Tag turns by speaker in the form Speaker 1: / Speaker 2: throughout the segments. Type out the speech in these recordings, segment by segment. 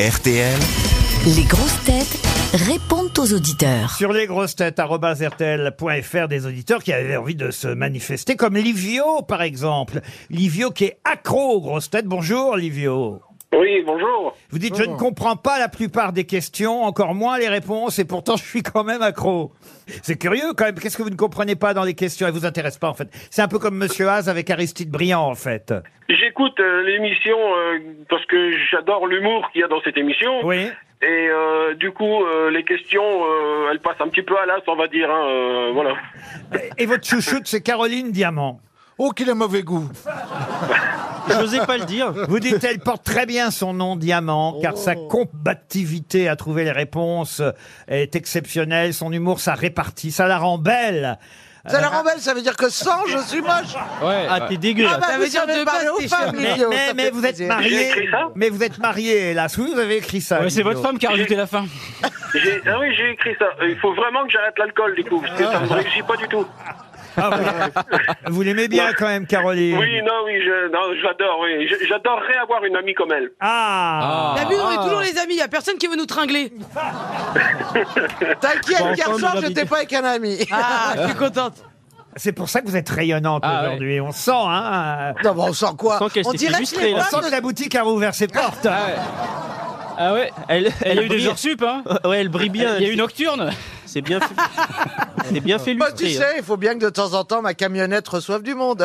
Speaker 1: RTL.
Speaker 2: Les grosses têtes répondent aux auditeurs.
Speaker 3: sur lesgrossetêtes.rtl.fr des auditeurs qui avaient envie de se manifester, comme Livio, par exemple. Livio qui est accro aux grosses têtes. Bonjour, Livio.
Speaker 4: Oui, bonjour.
Speaker 3: Vous dites, je ne comprends pas la plupart des questions, encore moins les réponses, et pourtant je suis quand même accro. C'est curieux quand même, qu'est-ce que vous ne comprenez pas dans les questions Elles vous intéressent pas en fait. C'est un peu comme Monsieur Haas avec Aristide Briand en fait.
Speaker 4: J'écoute euh, l'émission euh, parce que j'adore l'humour qu'il y a dans cette émission.
Speaker 3: Oui.
Speaker 4: Et euh, du coup, euh, les questions, euh, elles passent un petit peu à l'as, on va dire. hein, euh, voilà.
Speaker 3: Et votre chouchoute, c'est Caroline Diamant.
Speaker 5: Oh, qu'il a mauvais goût.
Speaker 6: J'osais pas le dire. Oh.
Speaker 3: Vous dites, elle porte très bien son nom diamant, car sa combativité à trouver les réponses est exceptionnelle, son humour, ça répartit, ça la rend belle.
Speaker 7: Ça la rend belle, ça veut dire que sans, je suis moche.
Speaker 6: Ah, t'es dégueu.
Speaker 7: Ah bah,
Speaker 8: Ça
Speaker 7: vous
Speaker 8: veut dire
Speaker 7: savez
Speaker 8: de
Speaker 7: parler
Speaker 8: base,
Speaker 7: aux
Speaker 8: t'es
Speaker 7: femmes,
Speaker 3: Ah,
Speaker 8: charmant.
Speaker 3: Mais,
Speaker 7: Lio,
Speaker 3: mais-
Speaker 7: ça
Speaker 3: mais
Speaker 7: fait
Speaker 3: vous êtes
Speaker 7: plaisir.
Speaker 3: marié,
Speaker 4: J'ai écrit ça
Speaker 3: mais vous êtes marié, hélas. Oui, vous avez écrit ça.
Speaker 6: Ouais, c'est
Speaker 3: Lio.
Speaker 6: votre femme qui a rajouté la fin.
Speaker 4: J'ai- Ah oui, j'ai écrit ça. Il faut vraiment que j'arrête l'alcool, du coup, parce que ça me réussit pas du tout.
Speaker 3: Ah, vous- vous l'aimez bien quand même, Caroline.
Speaker 4: Oui, non, oui, je, non, je l'adore. Oui. Je- J'adorerais avoir une amie comme elle.
Speaker 3: Ah,
Speaker 8: T'as vu, on est toujours les amis, y a personne qui veut nous tringler.
Speaker 6: Bon,
Speaker 7: T'inquiète, hier
Speaker 6: ensemble,
Speaker 7: soir,
Speaker 6: la
Speaker 7: j'étais
Speaker 6: bite.
Speaker 7: pas avec un ami.
Speaker 8: Ah, je suis contente.
Speaker 3: c'est pour ça que vous êtes rayonnante
Speaker 6: Ah, ouais.
Speaker 3: aujourd'hui. On sent, hein. euh,
Speaker 7: Non, mais on sent quoi
Speaker 6: On sent qu'elle
Speaker 7: On
Speaker 6: s'est
Speaker 7: dirait que
Speaker 6: illustrée,
Speaker 7: les
Speaker 3: On
Speaker 6: là.
Speaker 7: femmes
Speaker 3: sent
Speaker 7: ne-
Speaker 3: que la boutique a rouvert ses portes.
Speaker 6: Ah ouais, elle, a eu des heures sup, hein Ouais, elle brille bien. Il y a eu nocturne. C'est bien fait. C'est bien fait
Speaker 7: Bah, tu sais, il faut bien que de temps en temps ma camionnette reçoive du monde.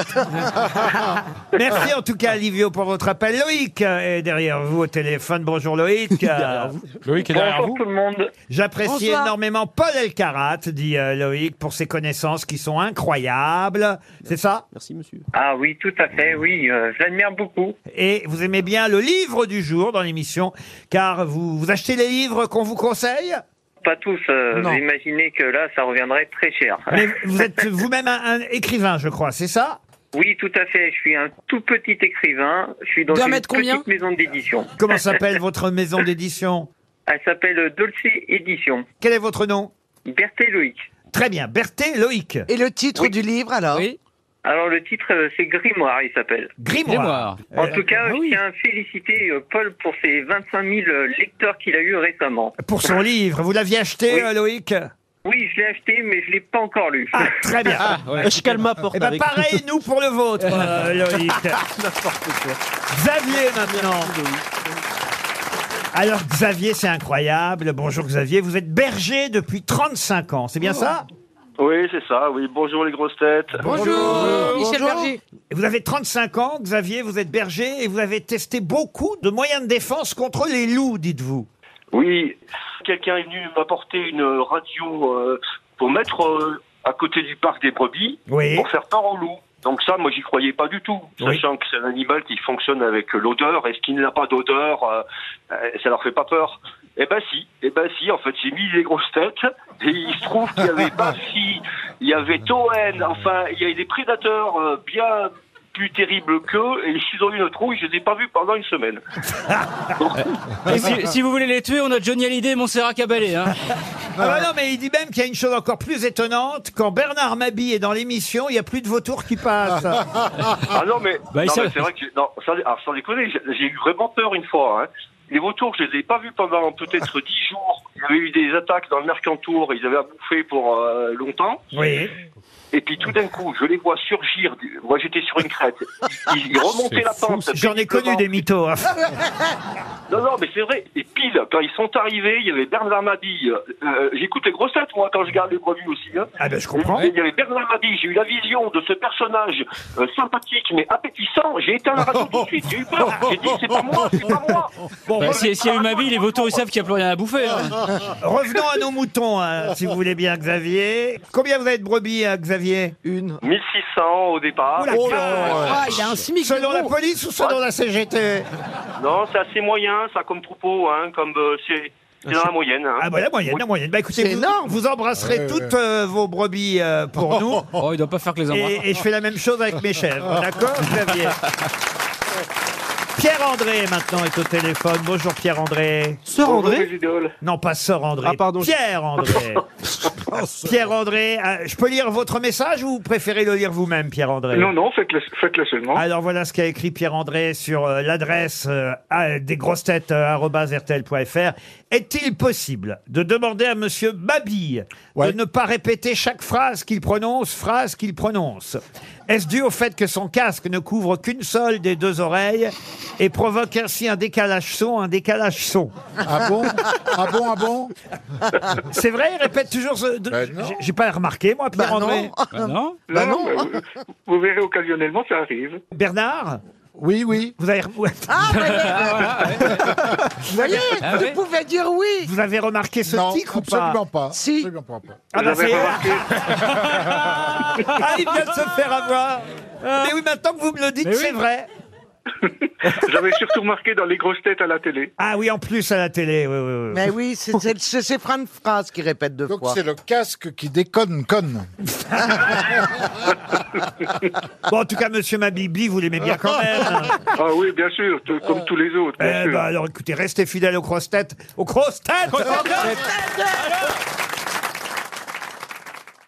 Speaker 3: Merci en tout cas, Livio, pour votre appel. Loïc euh, est derrière vous au téléphone. Bonjour, Loïc. Euh,
Speaker 6: Loïc est
Speaker 4: Bonjour tout le monde.
Speaker 3: J'apprécie
Speaker 8: Bonsoir.
Speaker 3: énormément Paul Elkarat, dit euh, Loïc, pour ses connaissances qui sont incroyables. C'est ça
Speaker 6: Merci monsieur.
Speaker 9: Ah oui, tout à fait, oui, euh, je l'admire beaucoup.
Speaker 3: Et vous aimez bien le livre du jour dans l'émission, car vous, vous achetez les livres qu'on vous conseille
Speaker 9: Pas tous, euh,
Speaker 7: Non.
Speaker 9: vous imaginez que là, ça reviendrait très cher.
Speaker 3: Mais vous êtes vous-même un, un écrivain, je crois, c'est ça
Speaker 9: Oui, tout à fait, je suis un tout petit écrivain, je suis dans
Speaker 8: D'un
Speaker 9: une
Speaker 8: mètre combien
Speaker 9: petite maison d'édition.
Speaker 3: Comment s'appelle votre maison d'édition
Speaker 9: Elle s'appelle Dolce Édition,
Speaker 3: Quel est votre nom
Speaker 9: Berthé Loïc.
Speaker 3: Très bien, Berthé Loïc.
Speaker 7: Et le titre du livre, alors
Speaker 6: Oui.
Speaker 9: Alors le titre, euh, c'est Grimoire, il s'appelle.
Speaker 3: Grimoire.
Speaker 9: En
Speaker 3: Euh,
Speaker 9: tout cas,
Speaker 6: ah
Speaker 9: je
Speaker 6: oui.
Speaker 9: tiens à féliciter euh, Paul pour ses 25 000 lecteurs qu'il a eu récemment.
Speaker 3: Pour son livre, vous l'aviez acheté,
Speaker 9: Oui.
Speaker 3: euh, Loïc
Speaker 9: Oui, je l'ai acheté, mais je l'ai pas encore lu.
Speaker 3: Ah, très bien.
Speaker 6: Je calme ma porte
Speaker 3: Eh ben
Speaker 6: avec.
Speaker 3: pareil, nous pour le vôtre, euh, Loïc. Xavier maintenant. Alors Xavier, c'est incroyable. Bonjour Xavier, vous êtes berger depuis 35 ans, c'est bien ça
Speaker 4: Oui, c'est ça, oui. Bonjour les grosses têtes.
Speaker 8: Bonjour, Michel
Speaker 7: Bonjour.
Speaker 8: Berger.
Speaker 3: Vous avez 35 ans, Xavier, vous êtes berger et vous avez testé beaucoup de moyens de défense contre les loups, dites-vous.
Speaker 4: Oui, quelqu'un est venu m'apporter une radio euh, pour mettre euh, à côté du parc des brebis
Speaker 3: Oui.
Speaker 4: pour faire peur aux loups. Donc ça, moi, j'y croyais pas du tout,
Speaker 3: Oui.
Speaker 4: sachant que c'est un animal qui fonctionne avec l'odeur. Est-ce qu'il n'a pas d'odeur euh, euh, Ça leur fait pas peur. Eh ben si, eh ben si. En fait, j'ai mis des grosses têtes et il se trouve qu'il y avait Buffy, il y avait Toen. Enfin, il y avait des prédateurs euh, bien plus terribles qu'eux et ils ont eu une trouille. Je les ai pas vus pendant une semaine.
Speaker 6: Et si, si vous voulez les tuer, on a Johnny Hallyday et Montserrat Caballé. Hein.
Speaker 3: Ah bah non, mais il dit même qu'il y a une chose encore plus étonnante. Quand Bernard Mabie est dans l'émission, il n'y a plus de vautours qui passent.
Speaker 4: Ah non, mais,
Speaker 6: Bah, il
Speaker 4: non,
Speaker 6: s'est-
Speaker 4: mais c'est vrai que j'ai- non, sans, alors, sans déconner, j'ai j'ai eu vraiment peur une fois. Hein. Les vautours, je les ai pas vus pendant peut-être dix jours. Il y avait eu des attaques dans le Mercantour, ils avaient à bouffer pour euh, longtemps.
Speaker 3: Oui.
Speaker 4: Et puis tout d'un coup, je les vois surgir. du- Moi, j'étais sur une crête. Ils, ils remontaient la pente.
Speaker 3: J'en ai connu des mythos. hein.
Speaker 4: Non, non, mais c'est vrai. Et pile, quand ils sont arrivés, il y avait Bernard Mabille. Euh, J'écoute les grossettes, moi, quand je garde les revues aussi. Hein.
Speaker 3: Ah ben je comprends.
Speaker 4: Et Il y avait Bernard Mabille. J'ai eu la vision de ce personnage euh, sympathique mais appétissant. J'ai éteint la radio tout de suite. J'ai eu peur. J'ai dit, c'est pas moi, c'est pas moi.
Speaker 3: Bon,
Speaker 6: Bah, si, si y a eu ma vie, les vautours ils savent qu'il n'y a plus rien à bouffer. hein.
Speaker 3: Revenons à nos moutons, hein, si vous voulez bien, Xavier. Combien vous avez de brebis, hein, Xavier
Speaker 7: Une.
Speaker 4: 1600 au départ.
Speaker 3: Oula,
Speaker 8: Ah, il y a un SMIC. de
Speaker 3: Selon la
Speaker 8: gros.
Speaker 3: police ou selon la CGT
Speaker 4: Non, c'est assez moyen, ça, comme troupeau, hein, comme euh, c'est c'est dans la moyenne. hein.
Speaker 3: Ah bah la moyenne, la moyenne. Bah écoutez,
Speaker 7: C'est
Speaker 3: vous,
Speaker 7: énorme.
Speaker 3: vous embrasserez
Speaker 5: Ouais,
Speaker 3: toutes
Speaker 5: ouais.
Speaker 3: euh, vos brebis euh, pour nous.
Speaker 6: Oh, il doit pas faire que les embrasses.
Speaker 3: Et, et je fais la même chose avec mes chèvres. D'accord, Xavier Pierre-André, maintenant, est au téléphone. Bonjour, Pierre-André.
Speaker 6: Sœur
Speaker 4: Bonjour, les idoles.
Speaker 3: Non, pas Sœur André.
Speaker 6: Ah, pardon.
Speaker 3: Pierre-André. Pierre-André, euh, je peux lire votre message ou vous préférez le lire vous-même, Pierre-André
Speaker 1: Non, non, faites-le faites-le
Speaker 5: Oh.
Speaker 1: seulement.
Speaker 3: Alors voilà ce qu'a écrit Pierre-André sur euh, l'adresse euh, à- des grosses têtes euh, arobase rtl.fr. Est-il possible de demander à Monsieur Babille de ne pas répéter chaque phrase qu'il prononce, phrase qu'il prononce Est-ce dû au fait que son casque ne couvre qu'une seule des deux oreilles et provoque ainsi un décalage son, un décalage son
Speaker 5: Ah bon Ah bon, ah bon
Speaker 3: C'est vrai, il répète toujours ce... de-
Speaker 5: Ben
Speaker 3: J'ai- J'ai pas remarqué, moi, Pierre-André.
Speaker 1: non. bah, vous, vous verrez occasionnellement, ça arrive.
Speaker 3: Bernard
Speaker 5: Oui, oui.
Speaker 3: Vous avez...
Speaker 8: Ah, bah, vous voyez,
Speaker 3: Ah
Speaker 8: vous
Speaker 3: ouais.
Speaker 8: pouvez dire oui.
Speaker 3: Vous avez remarqué ce
Speaker 5: Non,
Speaker 3: tic ou pas
Speaker 5: absolument pas.
Speaker 8: Si.
Speaker 5: Absolument pas.
Speaker 3: Ah bah,
Speaker 1: Vous avez
Speaker 3: c'est-
Speaker 1: remarqué
Speaker 3: Ah, il vient de se faire avoir. Mais oui, maintenant que vous me le dites, c'est vrai.
Speaker 1: J'avais surtout remarqué dans les grosses têtes à la télé.
Speaker 3: Ah oui, en plus à la télé, oui, oui, oui.
Speaker 7: Mais oui, c'est c'est- c'est ces fins de phrase qui répètent deux
Speaker 5: Donc
Speaker 7: fois.
Speaker 5: c'est le casque qui déconne, conne.
Speaker 3: Bon, en tout cas, monsieur Mabibi, vous l'aimez bien quand même.
Speaker 1: Ah oui, bien sûr, tout-
Speaker 3: Euh,
Speaker 1: comme tous les autres. bien
Speaker 3: eh
Speaker 1: sûr.
Speaker 3: ben alors, écoutez, restez fidèle aux grosses têtes. Aux grosses têtes
Speaker 8: Tête.